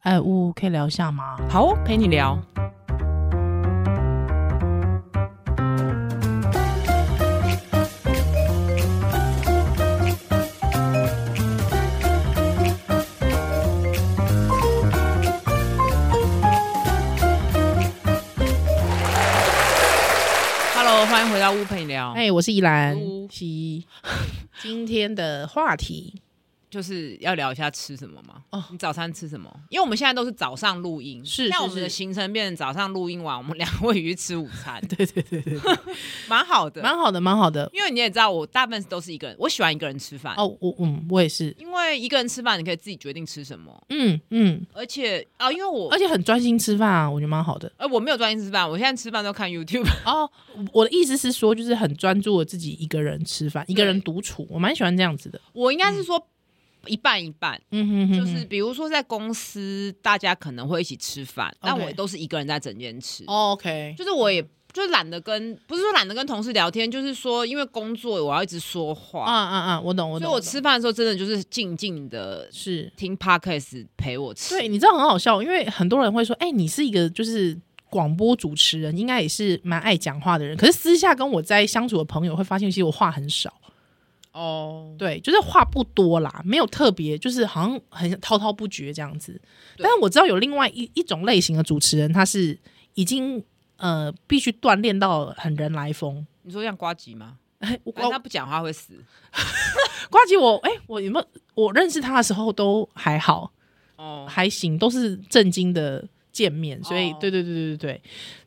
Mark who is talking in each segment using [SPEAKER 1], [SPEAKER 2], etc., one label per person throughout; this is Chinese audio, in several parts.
[SPEAKER 1] 哎，呜，可以聊一下吗？
[SPEAKER 2] 好哦，陪你聊。Hello，欢迎回到屋陪你聊。
[SPEAKER 1] 哎，我是依兰
[SPEAKER 2] 呜，
[SPEAKER 1] 西。今天的话题，
[SPEAKER 2] 就是要聊一下吃什么嘛。
[SPEAKER 1] 哦
[SPEAKER 2] 哦，你早餐吃什么？因为我们现在都是早上录音，
[SPEAKER 1] 是
[SPEAKER 2] 像
[SPEAKER 1] 是
[SPEAKER 2] 我们的
[SPEAKER 1] 是
[SPEAKER 2] 行程变成早上录音完，我们两位去吃午餐，
[SPEAKER 1] 对对对对，对
[SPEAKER 2] 蛮好的。
[SPEAKER 1] 蛮好的，蛮好的。
[SPEAKER 2] 因为你也知道，我大部分都是一个人，我喜欢一个人吃饭，
[SPEAKER 1] 哦，我嗯，我也是，
[SPEAKER 2] 因为一个人吃饭你可以自己决定吃什么，
[SPEAKER 1] 嗯嗯，
[SPEAKER 2] 而且啊，因为我
[SPEAKER 1] 而且很专心吃饭啊，我觉得蛮好的。
[SPEAKER 2] 呃我没有专心吃饭，我现在吃饭都看 YouTube。
[SPEAKER 1] 哦，我的意思是说，就是很专注的自己一个人吃饭，一个人独处，我蛮喜欢这样子的。
[SPEAKER 2] 我应该是说一半一半，
[SPEAKER 1] 嗯哼哼哼，
[SPEAKER 2] 就是比如说在公司大家可能会一起吃饭，但
[SPEAKER 1] OK
[SPEAKER 2] 我也都是一个人在整间吃。
[SPEAKER 1] 哦 OK，
[SPEAKER 2] 就是我也就是懒得跟，不是说懒得跟同事聊天，就是说因为工作我要一直说
[SPEAKER 1] 啊
[SPEAKER 2] 话，
[SPEAKER 1] 啊啊，我懂我
[SPEAKER 2] 所
[SPEAKER 1] 懂。
[SPEAKER 2] 以我
[SPEAKER 1] 懂
[SPEAKER 2] 吃饭的时候真的就是静静的
[SPEAKER 1] 是
[SPEAKER 2] 听 podcast 陪我吃。
[SPEAKER 1] 对，你知道很好笑，因为很多人会说，哎、你是一个就是广播主持人，应该也是蛮爱讲话的人。可是私下跟我在相处的朋友会发现，其实我话很少，
[SPEAKER 2] 哦，
[SPEAKER 1] 对，就是话不多啦，没有特别，就是好像很滔滔不绝这样子。
[SPEAKER 2] 对
[SPEAKER 1] 但是我知道有另外一一种类型的主持人，他是已经呃必须锻炼到很人来疯。
[SPEAKER 2] 你说像瓜吉吗？
[SPEAKER 1] 哎，我
[SPEAKER 2] 啊反正他
[SPEAKER 1] 瓜
[SPEAKER 2] 不讲话会死。
[SPEAKER 1] 瓜吉我，哎、我有没有我认识他的时候都还好，
[SPEAKER 2] 哦，
[SPEAKER 1] 还行，都是震惊的见面，所以
[SPEAKER 2] 哦
[SPEAKER 1] 对对对对对对。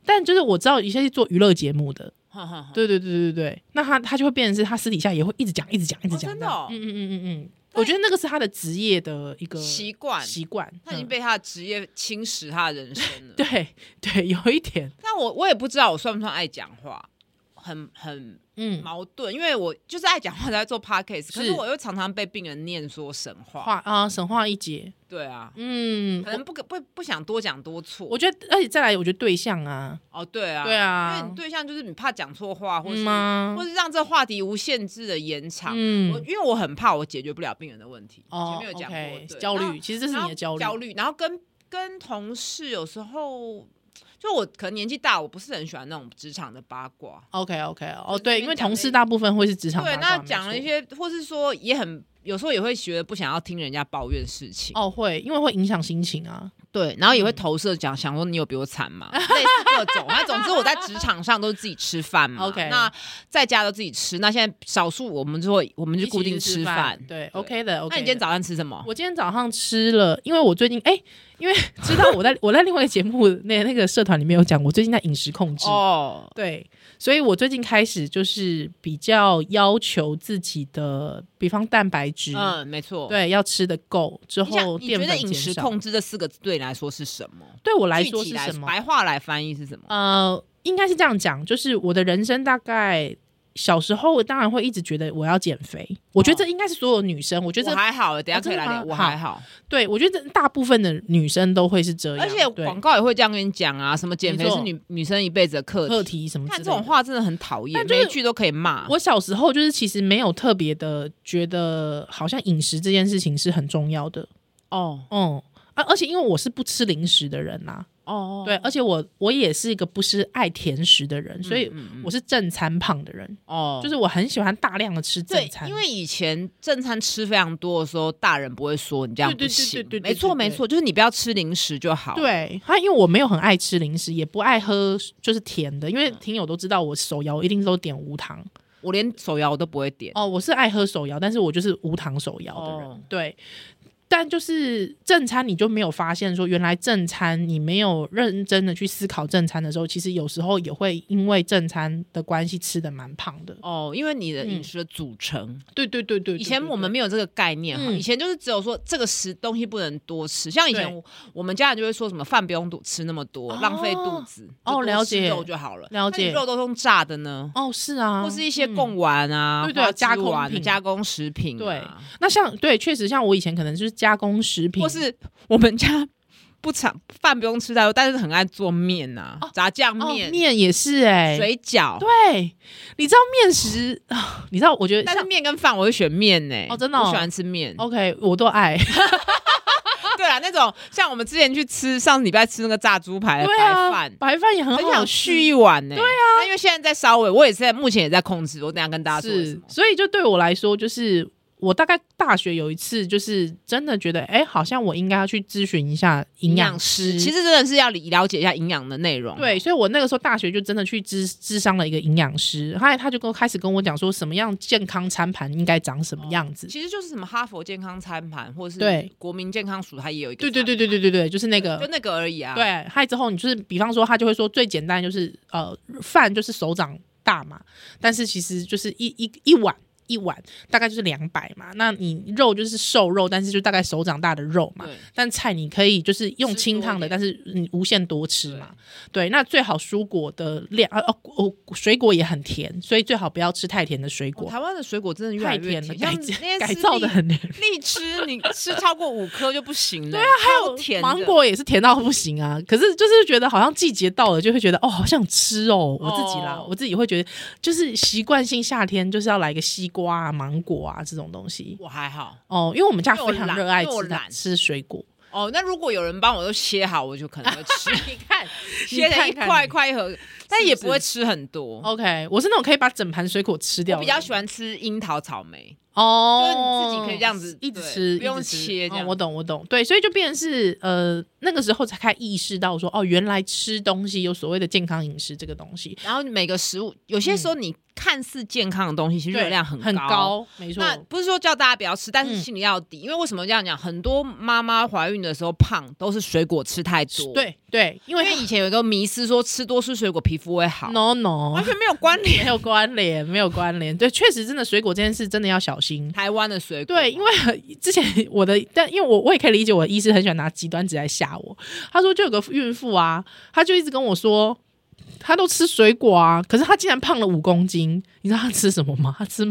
[SPEAKER 1] 但就是我知道一些是做娱乐节目的，
[SPEAKER 2] 哼哼哼
[SPEAKER 1] 对对对对对对。那他他就会变成是他私底下也会一直讲，一直讲，一直
[SPEAKER 2] 哦
[SPEAKER 1] 讲、
[SPEAKER 2] 真的哦
[SPEAKER 1] 嗯嗯嗯嗯嗯。我觉得那个是他的职业的一个
[SPEAKER 2] 习惯，
[SPEAKER 1] 习惯，
[SPEAKER 2] 他已经
[SPEAKER 1] 嗯
[SPEAKER 2] 被他的职业侵蚀他的人生了。
[SPEAKER 1] 对 对有一点，
[SPEAKER 2] 但我我也不知道我算不算爱讲话，很很
[SPEAKER 1] 嗯，
[SPEAKER 2] 矛盾，因为我就是爱讲话才会做 podcast，可
[SPEAKER 1] 是
[SPEAKER 2] 是我又常常被病人念说神话。
[SPEAKER 1] 话啊、神话一节，
[SPEAKER 2] 对啊，
[SPEAKER 1] 嗯
[SPEAKER 2] 可，能不可不不想多讲多错。
[SPEAKER 1] 我觉得，而且再来，我觉得对象啊，
[SPEAKER 2] 哦，对啊，
[SPEAKER 1] 对啊
[SPEAKER 2] 因为你对象就是你怕讲错话，或
[SPEAKER 1] 嗯
[SPEAKER 2] 是、
[SPEAKER 1] 吗
[SPEAKER 2] 或？是让这话题无限制的延长。我
[SPEAKER 1] 嗯，哦
[SPEAKER 2] 因为我很怕我解决不了病人的问题，前面有讲过
[SPEAKER 1] OK，
[SPEAKER 2] 对
[SPEAKER 1] 焦
[SPEAKER 2] 然后
[SPEAKER 1] 虑，其实这是你
[SPEAKER 2] 然
[SPEAKER 1] 的
[SPEAKER 2] 后
[SPEAKER 1] 焦虑，
[SPEAKER 2] 焦虑，然后跟跟同事有时候。就我可能年纪大，我不是很喜欢那种职场的八卦。
[SPEAKER 1] OK OK 哦，
[SPEAKER 2] 就是
[SPEAKER 1] 对，
[SPEAKER 2] 这边
[SPEAKER 1] 因为
[SPEAKER 2] 讲
[SPEAKER 1] 同
[SPEAKER 2] 的
[SPEAKER 1] 事大部分会是职场
[SPEAKER 2] 对，
[SPEAKER 1] 八卦
[SPEAKER 2] 那
[SPEAKER 1] 没
[SPEAKER 2] 讲了一
[SPEAKER 1] 错
[SPEAKER 2] 些，或是说也很，有时候也会觉得不想要听人家抱怨事情。
[SPEAKER 1] 哦会，因为会影响心情啊。
[SPEAKER 2] 对，然后也会投射讲，想说你有比我惨 吗？类似各种。那总之我在职场上都是自己吃饭嘛
[SPEAKER 1] OK
[SPEAKER 2] 那在家都自己吃。那现在少数我们就会，我们就
[SPEAKER 1] 一起
[SPEAKER 2] 固定
[SPEAKER 1] 去
[SPEAKER 2] 吃饭。
[SPEAKER 1] 对，OK 的。OK
[SPEAKER 2] 那你今天
[SPEAKER 1] 的
[SPEAKER 2] 早上吃什么？
[SPEAKER 1] 我今天早上吃了，因为我最近哎、因为 知道我在我在另外一个节目那那个社团里面有讲，我最近在饮食控制。
[SPEAKER 2] 哦，
[SPEAKER 1] 对，所以我最近开始就是比较要求自己的，比方蛋白质，
[SPEAKER 2] 嗯，没错。，
[SPEAKER 1] 对，要吃的够之
[SPEAKER 2] 你想
[SPEAKER 1] 后，
[SPEAKER 2] 你觉
[SPEAKER 1] 淀
[SPEAKER 2] 得
[SPEAKER 1] 粉
[SPEAKER 2] 饮
[SPEAKER 1] 减
[SPEAKER 2] 食
[SPEAKER 1] 少。
[SPEAKER 2] 控制这四个字对你来说是什么？
[SPEAKER 1] 对我来
[SPEAKER 2] 具
[SPEAKER 1] 说
[SPEAKER 2] 体
[SPEAKER 1] 是
[SPEAKER 2] 来
[SPEAKER 1] 什么？
[SPEAKER 2] 白话来翻译是什么？
[SPEAKER 1] 呃，应该是这样讲，就是我的人生大概小时候，当然会一直觉得我要减肥。我觉得这应该是所有女生，我觉得
[SPEAKER 2] 我
[SPEAKER 1] 这
[SPEAKER 2] 还好，等
[SPEAKER 1] 哦
[SPEAKER 2] 一下
[SPEAKER 1] 真
[SPEAKER 2] 可以
[SPEAKER 1] 的
[SPEAKER 2] 来
[SPEAKER 1] 吗
[SPEAKER 2] 聊。我
[SPEAKER 1] 好
[SPEAKER 2] 还好，啊
[SPEAKER 1] 对我觉得这大部分的女生都会是这样，
[SPEAKER 2] 而且
[SPEAKER 1] 对
[SPEAKER 2] 广告也会这样跟你讲啊，什么减肥
[SPEAKER 1] 没错
[SPEAKER 2] 是女女生一辈子的课
[SPEAKER 1] 课
[SPEAKER 2] 题。
[SPEAKER 1] 题什么之
[SPEAKER 2] 看
[SPEAKER 1] 类
[SPEAKER 2] 这种
[SPEAKER 1] 的。
[SPEAKER 2] 话真的很讨厌
[SPEAKER 1] 但，就是
[SPEAKER 2] 每一句都可以骂。
[SPEAKER 1] 我小时候就是其实没有特别的觉得，好像饮食这件事情是很重要的。
[SPEAKER 2] 哦
[SPEAKER 1] 嗯，而、而且因为我是不吃零食的人啦、
[SPEAKER 2] 哦哦，
[SPEAKER 1] 对，而且我我也是一个不是爱甜食的人，所以
[SPEAKER 2] 嗯嗯嗯
[SPEAKER 1] 我是正餐胖的人，
[SPEAKER 2] 哦，
[SPEAKER 1] 就是我很喜欢大量的吃正
[SPEAKER 2] 对
[SPEAKER 1] 餐，，
[SPEAKER 2] 因为以前正餐吃非常多的时候，大人不会说你这样
[SPEAKER 1] 对对
[SPEAKER 2] 不
[SPEAKER 1] 对
[SPEAKER 2] 行
[SPEAKER 1] 对对对，
[SPEAKER 2] 没
[SPEAKER 1] 对
[SPEAKER 2] 错
[SPEAKER 1] 对
[SPEAKER 2] 没错，就是你不要吃零食就好。，
[SPEAKER 1] 对，他因为我没有很爱吃零食，也不爱喝就是甜的，因
[SPEAKER 2] 嗯
[SPEAKER 1] 为听友都知道我手摇一定都点无糖
[SPEAKER 2] 我连手摇我都不会点。
[SPEAKER 1] 哦，我是爱喝手摇，但是我就是无糖手摇的人，
[SPEAKER 2] 哦
[SPEAKER 1] 对。但就是正餐，你就没有发现说，原来正餐你没有认真的去思考正餐的时候，其实有时候也会因为正餐的关系吃的蛮胖的。
[SPEAKER 2] 哦，因为你的
[SPEAKER 1] 嗯
[SPEAKER 2] 饮食的组成，
[SPEAKER 1] 对对对对
[SPEAKER 2] 以前我们
[SPEAKER 1] 没
[SPEAKER 2] 没有这个概念哈，
[SPEAKER 1] 嗯
[SPEAKER 2] 以前就是只有说这个食东西不能多吃，像以前
[SPEAKER 1] 对
[SPEAKER 2] 我我们家人就会说什么饭不用多吃那么多
[SPEAKER 1] 哦，
[SPEAKER 2] 浪费肚子，
[SPEAKER 1] 哦
[SPEAKER 2] 就多吃
[SPEAKER 1] 了解
[SPEAKER 2] 肉就好了，
[SPEAKER 1] 了
[SPEAKER 2] 那你
[SPEAKER 1] 解
[SPEAKER 2] 肉都是用炸的呢，
[SPEAKER 1] 哦，是啊，
[SPEAKER 2] 或是一些
[SPEAKER 1] 嗯
[SPEAKER 2] 贡丸啊，
[SPEAKER 1] 对对
[SPEAKER 2] 花枝
[SPEAKER 1] 加工
[SPEAKER 2] 丸
[SPEAKER 1] 品
[SPEAKER 2] 加工食品、啊，
[SPEAKER 1] 那像哦对，确实像我以前可能就是加工食品，
[SPEAKER 2] 或是我们家不常饭不用吃太多，但是很爱做面啊，炸酱
[SPEAKER 1] 哦
[SPEAKER 2] 面、
[SPEAKER 1] 面也是哎、
[SPEAKER 2] 水饺，
[SPEAKER 1] 对，你知道面食啊？你知道？我觉得
[SPEAKER 2] 但是
[SPEAKER 1] 像
[SPEAKER 2] 面跟饭我会选面呢、
[SPEAKER 1] 哦真的哦
[SPEAKER 2] 我喜欢吃面。
[SPEAKER 1] OK，我都爱。
[SPEAKER 2] 对啊，那种像我们之前去吃上礼拜吃那个炸猪排的
[SPEAKER 1] 对
[SPEAKER 2] 白
[SPEAKER 1] 啊，
[SPEAKER 2] 饭，
[SPEAKER 1] 白饭也很
[SPEAKER 2] 很
[SPEAKER 1] 好
[SPEAKER 2] 想
[SPEAKER 1] 吃
[SPEAKER 2] 续一碗呢、对啊，那因为现在在稍微，我也是在目前也在控制，我等一下跟大家说为什
[SPEAKER 1] 是
[SPEAKER 2] 么，。
[SPEAKER 1] 所以就对我来说，就是我大概大学有一次，就是真的觉得，哎、好像我应该要去咨询一下营养师。
[SPEAKER 2] 其实真的是要理了解一下营养的内容。啊
[SPEAKER 1] 对，所以我那个时候大学就真的去咨咨商了一个营养师，后来他就跟我开始跟我讲说，什么样健康餐盘应该长什么样子。
[SPEAKER 2] 其实就是什么哈佛健康餐盘，或者是
[SPEAKER 1] 对
[SPEAKER 2] 国民健康署，它也有一个
[SPEAKER 1] 对
[SPEAKER 2] 餐
[SPEAKER 1] 对
[SPEAKER 2] 盘。
[SPEAKER 1] 对对对对对，就是那个
[SPEAKER 2] 就那个而已啊。，
[SPEAKER 1] 对，还之后你就是，比方说他就会说最简单就是呃饭就是手掌大嘛，但是其实就是一一一碗一碗大概就是两百嘛，那你肉就是瘦肉，但是就大概手掌大的肉嘛。
[SPEAKER 2] 对，
[SPEAKER 1] 但菜你可以就是用
[SPEAKER 2] 吃
[SPEAKER 1] 清
[SPEAKER 2] 多
[SPEAKER 1] 烫的，
[SPEAKER 2] 一
[SPEAKER 1] 但
[SPEAKER 2] 点
[SPEAKER 1] 是你无限多吃嘛。对，那最好蔬果的量啊哦哦，水果也很甜，所以最好不要吃太甜的水
[SPEAKER 2] 哦
[SPEAKER 1] 果，
[SPEAKER 2] 台湾的水果真的越来
[SPEAKER 1] 太
[SPEAKER 2] 越
[SPEAKER 1] 甜了
[SPEAKER 2] 像
[SPEAKER 1] 改
[SPEAKER 2] 那
[SPEAKER 1] 造改
[SPEAKER 2] 些吃
[SPEAKER 1] 造的
[SPEAKER 2] 荔
[SPEAKER 1] 很甜。
[SPEAKER 2] 荔枝，你吃超过五颗就不行了。对啊，还有甜的
[SPEAKER 1] 芒。果也是甜到不行啊，可是就是觉得好像季节到了，就会觉得哦，好想吃哦。我自己啦，
[SPEAKER 2] 哦
[SPEAKER 1] 我自己会觉得就是习惯性夏天就是要来个西瓜啊、芒果啊这种东西
[SPEAKER 2] 我还好
[SPEAKER 1] 哦，因为我们家
[SPEAKER 2] 因为我
[SPEAKER 1] 非常
[SPEAKER 2] 懒
[SPEAKER 1] 热爱
[SPEAKER 2] 因为我
[SPEAKER 1] 吃的
[SPEAKER 2] 懒
[SPEAKER 1] 吃水果。
[SPEAKER 2] 哦，那如果有人帮我都切好，我就可能会 吃，
[SPEAKER 1] 你看，
[SPEAKER 2] 切成一块一块一盒，但
[SPEAKER 1] 是
[SPEAKER 2] 也
[SPEAKER 1] 不
[SPEAKER 2] 不会
[SPEAKER 1] 是
[SPEAKER 2] 吃很多。
[SPEAKER 1] OK，我是那种可以把整盘水果吃掉
[SPEAKER 2] 我
[SPEAKER 1] 的
[SPEAKER 2] 比
[SPEAKER 1] 人，
[SPEAKER 2] 较喜欢吃樱桃草莓，
[SPEAKER 1] 哦，
[SPEAKER 2] 就是你自己可以这样子
[SPEAKER 1] 一直
[SPEAKER 2] 对
[SPEAKER 1] 吃，
[SPEAKER 2] 不用
[SPEAKER 1] 一直吃
[SPEAKER 2] 切这
[SPEAKER 1] 哦
[SPEAKER 2] 样
[SPEAKER 1] 我懂，我懂。对，所以就变成是呃，那个时候才开始意识到说，哦，原来吃东西有所谓的健康饮食这个东西，
[SPEAKER 2] 然后每个食物有些时候你看似健康的东西，其实热
[SPEAKER 1] 对
[SPEAKER 2] 量
[SPEAKER 1] 嗯很
[SPEAKER 2] 高。
[SPEAKER 1] 高，没错。
[SPEAKER 2] 那不是说叫大家不要吃，但是
[SPEAKER 1] 嗯
[SPEAKER 2] 心里要低，因为为什么这样讲？很多妈妈怀孕的时候胖，都是水果吃太多。，
[SPEAKER 1] 对对，因
[SPEAKER 2] 因
[SPEAKER 1] 为哦
[SPEAKER 2] 为以前有一个迷思说吃多吃水果皮肤会好，
[SPEAKER 1] no no
[SPEAKER 2] 完全没有关 联。
[SPEAKER 1] 没有关联，没有关联。对，确实真的水果这件事真的要小心。
[SPEAKER 2] 台湾的水果，
[SPEAKER 1] 对，因为之前我的，但因为我我也可以理解我的医师很喜欢拿极端值来吓我。他说就有个孕妇啊，她就一直跟我说，她都吃水果啊，可是她竟然胖了五公斤。你知道她吃什么吗？她吃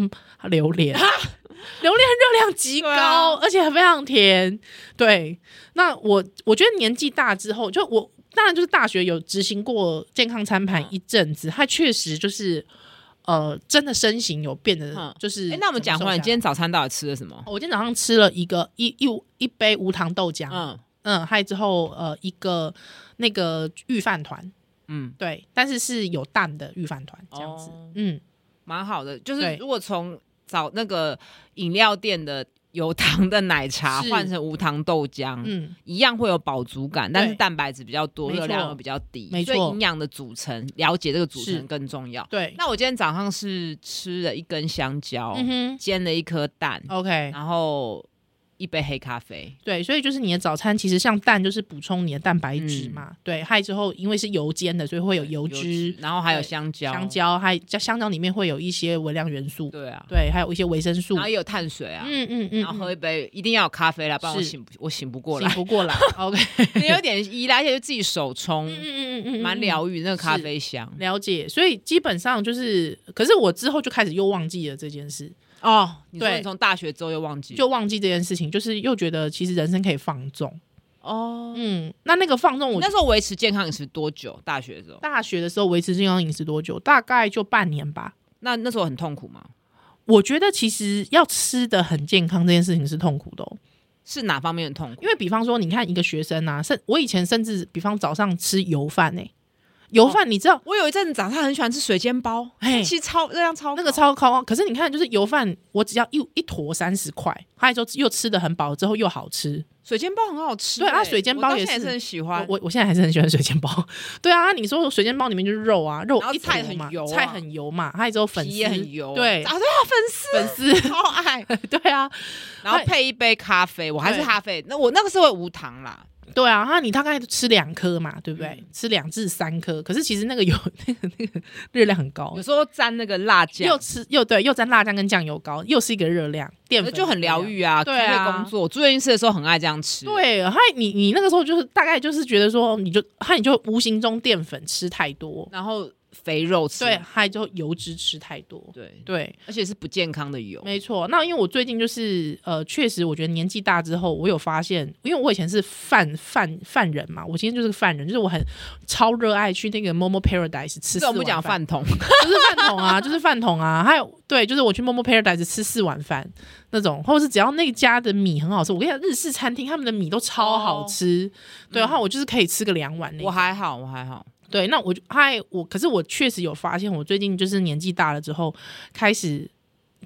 [SPEAKER 1] 榴莲，榴莲热量极
[SPEAKER 2] 对啊
[SPEAKER 1] 高，而且非常甜。对，那我我觉得年纪大之后，就我当然就是大学有执行过健康餐
[SPEAKER 2] 嗯
[SPEAKER 1] 盘一阵子，它确实就是。呃，真的身形有变
[SPEAKER 2] 嗯
[SPEAKER 1] 得就是、
[SPEAKER 2] 哎，那我们讲回来，你今天早餐到底吃了什么？
[SPEAKER 1] 我今天早上吃了一个一一一杯无糖豆浆，嗯
[SPEAKER 2] 嗯
[SPEAKER 1] 还有之后呃一个那个御饭团，
[SPEAKER 2] 嗯，
[SPEAKER 1] 对，但是是有蛋的御饭团这样子，
[SPEAKER 2] 哦
[SPEAKER 1] 嗯，
[SPEAKER 2] 蛮好的。就是
[SPEAKER 1] 对
[SPEAKER 2] 如果从早那个饮料店的有糖的奶茶
[SPEAKER 1] 是
[SPEAKER 2] 换成无糖豆浆，
[SPEAKER 1] 嗯，
[SPEAKER 2] 一样会有饱足感，但是
[SPEAKER 1] 对
[SPEAKER 2] 蛋白质比较多，
[SPEAKER 1] 没错
[SPEAKER 2] 热量又比较低，
[SPEAKER 1] 没错
[SPEAKER 2] 所以营养的组成，了解这个组
[SPEAKER 1] 是
[SPEAKER 2] 成更重要。
[SPEAKER 1] 对，
[SPEAKER 2] 那我今天早上是吃了一根香蕉，
[SPEAKER 1] 嗯哼
[SPEAKER 2] 煎了一颗蛋，
[SPEAKER 1] ，OK，
[SPEAKER 2] 然后一杯黑咖啡。
[SPEAKER 1] 对，所以就是你的早餐其实像蛋就是补充你的蛋白质
[SPEAKER 2] 嗯
[SPEAKER 1] 嘛，对，还有之后因为是油煎的，所以会有油脂、
[SPEAKER 2] 然后还有
[SPEAKER 1] 对
[SPEAKER 2] 香蕉，
[SPEAKER 1] 香，蕉，还加香蕉里面会有一些微量元素，
[SPEAKER 2] 对啊，
[SPEAKER 1] 对，还有一些维生素
[SPEAKER 2] 然，后也有碳水啊，
[SPEAKER 1] 嗯嗯嗯，
[SPEAKER 2] 然后喝
[SPEAKER 1] 嗯
[SPEAKER 2] 一杯，一定要有咖啡啦，不然我
[SPEAKER 1] 是
[SPEAKER 2] 醒不我醒不过
[SPEAKER 1] 醒
[SPEAKER 2] 来，
[SPEAKER 1] 不过来，OK，
[SPEAKER 2] 也有点依赖，而且就自己手冲，
[SPEAKER 1] 嗯嗯嗯嗯，
[SPEAKER 2] 蛮
[SPEAKER 1] 聊。
[SPEAKER 2] 疗愈那个咖
[SPEAKER 1] 是
[SPEAKER 2] 啡香
[SPEAKER 1] 嗯了解，所以基本上就是，可是我之后就开始又忘记了这件事，
[SPEAKER 2] 哦。你说
[SPEAKER 1] 对
[SPEAKER 2] 你从大学之后又忘记
[SPEAKER 1] 就忘记这件事情，就是又觉得其实人生可以放纵。
[SPEAKER 2] 哦，
[SPEAKER 1] 嗯，那那个放纵，
[SPEAKER 2] 你
[SPEAKER 1] 我
[SPEAKER 2] 那时候维持健康饮食多久？大学的时候，
[SPEAKER 1] 大学的时候维持健康饮食多久？大概就半年吧。
[SPEAKER 2] 那那时候很痛苦吗？
[SPEAKER 1] 我觉得其实要吃的很健康这件事情是痛苦的、哦，
[SPEAKER 2] 是哪方面的痛苦？
[SPEAKER 1] 因为比方说，你看一个学生啊，甚我以前甚至比方早上吃油饭呢、欸油饭你知道、
[SPEAKER 2] 我有一阵子早上很喜欢吃水煎包，
[SPEAKER 1] 嘿
[SPEAKER 2] 其实超热量超
[SPEAKER 1] 那个
[SPEAKER 2] 高，
[SPEAKER 1] 超高，啊可是你看就是油饭，我只要一一坨三十块，还有之后又吃的很饱，之后又好吃，
[SPEAKER 2] 水煎包很好吃欸、
[SPEAKER 1] 对啊水煎包
[SPEAKER 2] 我到
[SPEAKER 1] 也
[SPEAKER 2] 现在
[SPEAKER 1] 是
[SPEAKER 2] 很喜
[SPEAKER 1] 我
[SPEAKER 2] 欢。
[SPEAKER 1] 我我现在还是很喜欢水煎包，对啊，你说水煎包里面就是肉啊，肉
[SPEAKER 2] 然后
[SPEAKER 1] 一
[SPEAKER 2] 菜
[SPEAKER 1] 坨
[SPEAKER 2] 很
[SPEAKER 1] 嘛
[SPEAKER 2] 油啊
[SPEAKER 1] 菜很油嘛，还有之后粉丝
[SPEAKER 2] 皮也很油，
[SPEAKER 1] 对
[SPEAKER 2] 啊，对啊，粉丝
[SPEAKER 1] 粉丝，
[SPEAKER 2] 超爱，
[SPEAKER 1] 对啊，
[SPEAKER 2] 然后配一杯咖啡，我还是咖啡。那我那个时候无糖啦，
[SPEAKER 1] 对啊，那你大概吃两颗嘛，对不对？
[SPEAKER 2] 嗯
[SPEAKER 1] 吃两至三颗，可是其实那个油那个那个热量很高
[SPEAKER 2] 有，时候沾那个辣酱
[SPEAKER 1] 又，吃又对又沾辣酱跟酱油膏，又是一个热量淀粉，
[SPEAKER 2] 就很疗。愈啊。
[SPEAKER 1] 对啊
[SPEAKER 2] 因为工作，我住院医师的时候很爱这样吃。
[SPEAKER 1] 对，还你你那个时候就是大概就是觉得说，你就还你就无形中淀粉吃太多，
[SPEAKER 2] 然后肥肉吃，
[SPEAKER 1] 对，还有就油脂吃太多，
[SPEAKER 2] 对，
[SPEAKER 1] 对，
[SPEAKER 2] 而且是不健康的油，
[SPEAKER 1] 没错。那因为我最近就是呃，确实我觉得年纪大之后，我有发现，因为我以前是犯犯犯人嘛，我今天就是个犯人，就是我很超热爱去那个 Momo Paradise 吃
[SPEAKER 2] 这
[SPEAKER 1] 四
[SPEAKER 2] 种
[SPEAKER 1] 碗
[SPEAKER 2] 不讲
[SPEAKER 1] 饭，
[SPEAKER 2] 饭桶，
[SPEAKER 1] 就是饭桶啊，就是饭桶啊，还有对，就是我去 Momo Paradise 吃四碗饭那种，或者是只要那家的米很好吃，我跟你讲，日式餐厅他们的米都超
[SPEAKER 2] 哦
[SPEAKER 1] 好吃，对，
[SPEAKER 2] 嗯
[SPEAKER 1] 然后我就是可以吃个两碗那种
[SPEAKER 2] 我还好，我还好，
[SPEAKER 1] 对，那我就嗨，我可是我确实有发现，我最近就是年纪大了之后，开始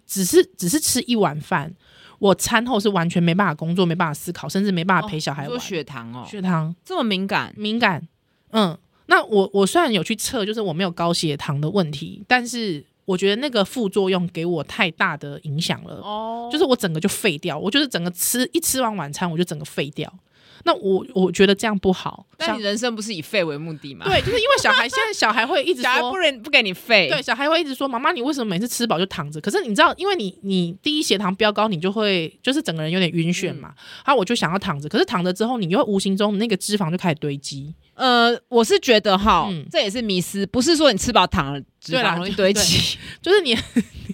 [SPEAKER 1] 只是只是吃一碗饭，我餐后是完全没办法工作，没办法思考，甚至没办法陪小孩
[SPEAKER 2] 哦
[SPEAKER 1] 玩。
[SPEAKER 2] 你说血糖哦，
[SPEAKER 1] 血糖
[SPEAKER 2] 这么敏感，
[SPEAKER 1] 敏感，嗯，那我我虽然有去测，就是我没有高血糖的问题，但是我觉得那个副作用给我太大的影响了。
[SPEAKER 2] 哦
[SPEAKER 1] 就是我整个就废掉，我就是整个吃一吃完晚餐我就整个废掉，那我我觉得这样不好。
[SPEAKER 2] 但你人生不是以肺为目的嘛？，
[SPEAKER 1] 对，就是因为小 孩现在小孩会一直
[SPEAKER 2] 小孩
[SPEAKER 1] 说
[SPEAKER 2] 不能不给你肺，
[SPEAKER 1] 对，小孩会一直说：“妈妈，你为什么每次吃饱就躺着？”可是你知道，因为你你第一血糖飙高，你就会就是整个人有点晕眩
[SPEAKER 2] 嗯
[SPEAKER 1] 嘛。然后、我就想要躺着，可是躺着之后，你又无形中那个脂肪就开始堆积。
[SPEAKER 2] 呃，我是觉得哈，
[SPEAKER 1] 嗯
[SPEAKER 2] 这也是迷思，不是说你吃饱躺了脂
[SPEAKER 1] 对啦
[SPEAKER 2] 肪容易堆 积，
[SPEAKER 1] 就是你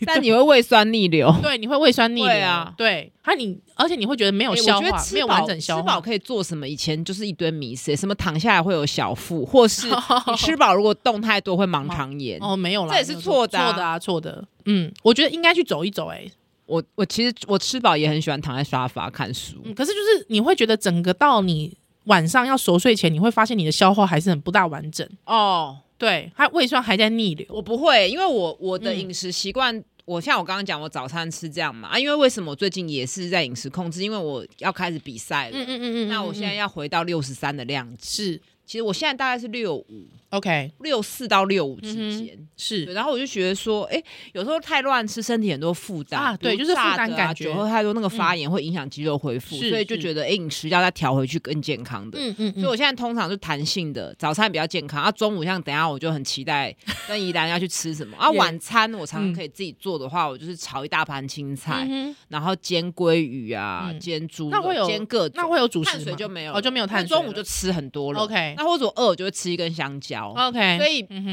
[SPEAKER 2] 但你会胃酸逆流。
[SPEAKER 1] 对你会胃酸逆流
[SPEAKER 2] 会啊
[SPEAKER 1] 对，还有你而且你会觉得没有
[SPEAKER 2] 诶
[SPEAKER 1] 消
[SPEAKER 2] 哎我觉得
[SPEAKER 1] 化，没
[SPEAKER 2] 吃
[SPEAKER 1] 有
[SPEAKER 2] 饱
[SPEAKER 1] 完整消
[SPEAKER 2] 吃饱
[SPEAKER 1] 化。
[SPEAKER 2] 可以做什么？以前就是一堆迷思，什么躺下来会有小腹，或是你吃饱如果动太多会盲肠炎。
[SPEAKER 1] 哦，没有啦，
[SPEAKER 2] 这也是
[SPEAKER 1] 没有
[SPEAKER 2] 错的啊
[SPEAKER 1] 错的啊，错的。嗯，我觉得应该去走一走、欸，
[SPEAKER 2] 我我其实我吃饱也很喜欢躺在沙发看书，
[SPEAKER 1] 嗯，可是就是你会觉得整个到你晚上要熟睡前，你会发现你的消化还是很不大完整，
[SPEAKER 2] 哦，
[SPEAKER 1] 对，它胃酸还在逆流。
[SPEAKER 2] 我不会，因为我我的
[SPEAKER 1] 嗯
[SPEAKER 2] 饮食习惯，我像我刚刚讲，我早餐吃这样嘛啊，因为为什么我最近也是在饮食控制？因为我要开始比赛了，
[SPEAKER 1] 嗯嗯嗯嗯，
[SPEAKER 2] 那我现在
[SPEAKER 1] 嗯
[SPEAKER 2] 要回到六十三的量级，
[SPEAKER 1] 是
[SPEAKER 2] 其实我现在大概是六五
[SPEAKER 1] OK，
[SPEAKER 2] 六四到六五之
[SPEAKER 1] 嗯哼
[SPEAKER 2] 间。对，
[SPEAKER 1] 是
[SPEAKER 2] 然后我就觉得说，哎，有时候太乱吃，身体很多负担
[SPEAKER 1] 啊对
[SPEAKER 2] 比如
[SPEAKER 1] 就是负
[SPEAKER 2] 炸的
[SPEAKER 1] 担
[SPEAKER 2] 啊
[SPEAKER 1] 感觉嗯
[SPEAKER 2] 酒喝太多那个发炎会影响肌肉恢复，
[SPEAKER 1] 是
[SPEAKER 2] 所以就是觉得哎，诶饮食要再调回去更健康的。
[SPEAKER 1] 嗯嗯
[SPEAKER 2] 所以我现在通常是弹性的，早餐比较健康，啊，中午像等一下我就很期 待跟怡兰要去吃什么，啊，
[SPEAKER 1] 也
[SPEAKER 2] 晚餐我常常
[SPEAKER 1] 嗯
[SPEAKER 2] 可以自己做的话，我就是炒一大盘青菜，
[SPEAKER 1] 嗯哼
[SPEAKER 2] 然后煎鲑鱼啊，
[SPEAKER 1] 嗯
[SPEAKER 2] 煎猪
[SPEAKER 1] 那
[SPEAKER 2] 肉
[SPEAKER 1] 会有
[SPEAKER 2] 煎各种，
[SPEAKER 1] 那会有主食
[SPEAKER 2] 碳水
[SPEAKER 1] 吗
[SPEAKER 2] 就没有了
[SPEAKER 1] 哦就没有碳水
[SPEAKER 2] 那
[SPEAKER 1] 了，
[SPEAKER 2] 中午就吃很多了。
[SPEAKER 1] OK
[SPEAKER 2] 那或者我饿，我就会吃一根香蕉。
[SPEAKER 1] OK，
[SPEAKER 2] 所以
[SPEAKER 1] 嗯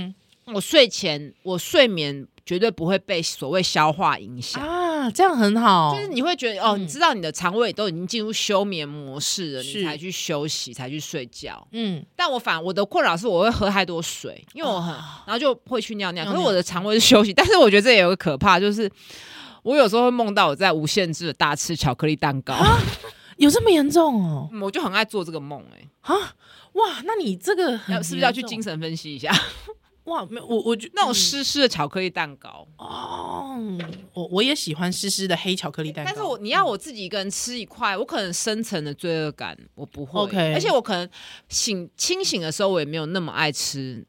[SPEAKER 1] 哼
[SPEAKER 2] 我睡前我睡眠绝对不会被所谓消化影响。
[SPEAKER 1] 啊，这样很好，
[SPEAKER 2] 就是你会觉得哦，
[SPEAKER 1] 嗯
[SPEAKER 2] 你知道你的肠胃都已经进入休眠模式了，
[SPEAKER 1] 是
[SPEAKER 2] 你才去休息，才去睡觉。
[SPEAKER 1] 嗯
[SPEAKER 2] 但我反我的困扰是我会喝太多水，因为我很，
[SPEAKER 1] 啊
[SPEAKER 2] 然后就会去尿尿。
[SPEAKER 1] 尿
[SPEAKER 2] 可
[SPEAKER 1] 尿
[SPEAKER 2] 是我的肠胃是休息，但是我觉得这也有个可怕，就是我有时候会梦到我在无限制的大吃巧克力蛋糕，
[SPEAKER 1] 啊有这么严重哦
[SPEAKER 2] 嗯我就很爱做这个梦、欸，
[SPEAKER 1] 啊哇，那你这个很
[SPEAKER 2] 哎，是不是要去
[SPEAKER 1] 严重嗯
[SPEAKER 2] 精神分析一下？
[SPEAKER 1] 哇？没有我我觉
[SPEAKER 2] 那种
[SPEAKER 1] 嗯
[SPEAKER 2] 湿湿的巧克力蛋糕，
[SPEAKER 1] 哦，我我也喜欢湿湿的黑巧克力蛋糕，嗯
[SPEAKER 2] 但是我你要我自己一个人吃一块，我可能深层的罪恶感我不会
[SPEAKER 1] OK
[SPEAKER 2] 而且我可能醒清醒的时候我也没有那么爱吃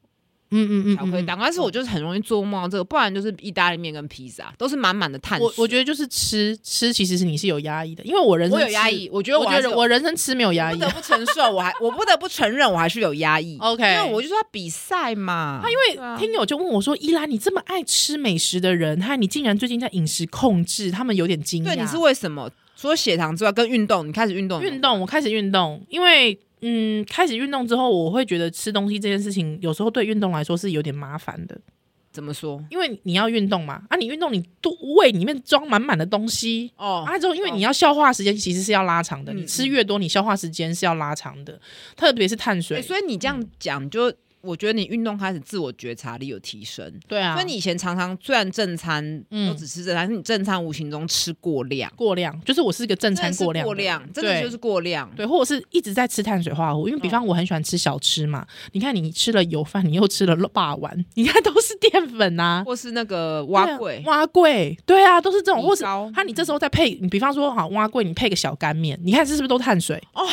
[SPEAKER 1] 嗯嗯嗯
[SPEAKER 2] 巧克力蛋糕，但是我就是很容易做梦到这个，不然就是意大利面跟披萨都是满满的碳水。
[SPEAKER 1] 我我觉得就是吃吃，其实是你是有压抑的，因为我人生
[SPEAKER 2] 我有
[SPEAKER 1] 吃
[SPEAKER 2] 压抑，，我觉得
[SPEAKER 1] 我
[SPEAKER 2] 我
[SPEAKER 1] 觉
[SPEAKER 2] 还是
[SPEAKER 1] 得
[SPEAKER 2] 有
[SPEAKER 1] 我人生吃没有压
[SPEAKER 2] 不
[SPEAKER 1] 抑啊
[SPEAKER 2] 得不承受，我还我 不得不承认我还是有压抑。
[SPEAKER 1] ，OK，
[SPEAKER 2] 因为我就说要比赛嘛，
[SPEAKER 1] 他因
[SPEAKER 2] 对
[SPEAKER 1] 为
[SPEAKER 2] 啊
[SPEAKER 1] 听友就问我说：“依兰，你这么爱吃美食的人，嗨，你竟然最近在饮食控制，他们有点惊讶。”
[SPEAKER 2] 对你是为什么？除了血糖之外，跟运动，你开始运动了吗
[SPEAKER 1] 运动，我开始运动，因为嗯，开始运动之后，我会觉得吃东西这件事情有时候对运动来说是有点麻烦的，
[SPEAKER 2] 怎么说？
[SPEAKER 1] 因为你要运动嘛，啊，你运动你肚胃里面装满满的东西。
[SPEAKER 2] 哦，
[SPEAKER 1] 啊，之后因为你要消化时间其实是要拉长的，
[SPEAKER 2] 嗯
[SPEAKER 1] 你吃越多，你消化时间是要拉长的，特别是碳水。
[SPEAKER 2] 欸所以你这样讲，就我觉得你运动开始自我觉察力有提升。
[SPEAKER 1] 对啊，
[SPEAKER 2] 所以你以前常常虽然正餐
[SPEAKER 1] 嗯
[SPEAKER 2] 都只吃正餐，但是你正餐无形中吃过量，
[SPEAKER 1] 过量，就是我是一个正餐
[SPEAKER 2] 真的是
[SPEAKER 1] 过量的
[SPEAKER 2] 过
[SPEAKER 1] 人，
[SPEAKER 2] 量，真的
[SPEAKER 1] 对
[SPEAKER 2] 就是过量。
[SPEAKER 1] 对，或者是一直在吃碳水化合物，
[SPEAKER 2] 嗯
[SPEAKER 1] 因为比方我很喜欢吃小吃嘛，你看你吃了油饭，你又吃了肉霸丸，你看都是淀粉啊，
[SPEAKER 2] 或是那个
[SPEAKER 1] 对
[SPEAKER 2] 蛙
[SPEAKER 1] 啊
[SPEAKER 2] 桂，
[SPEAKER 1] 蛙桂，对啊，都是这种，
[SPEAKER 2] 米
[SPEAKER 1] 或是
[SPEAKER 2] 糕
[SPEAKER 1] 它你这时候再配，你比方说好蛙桂，你配个小干面，你看这是不是都碳水哦？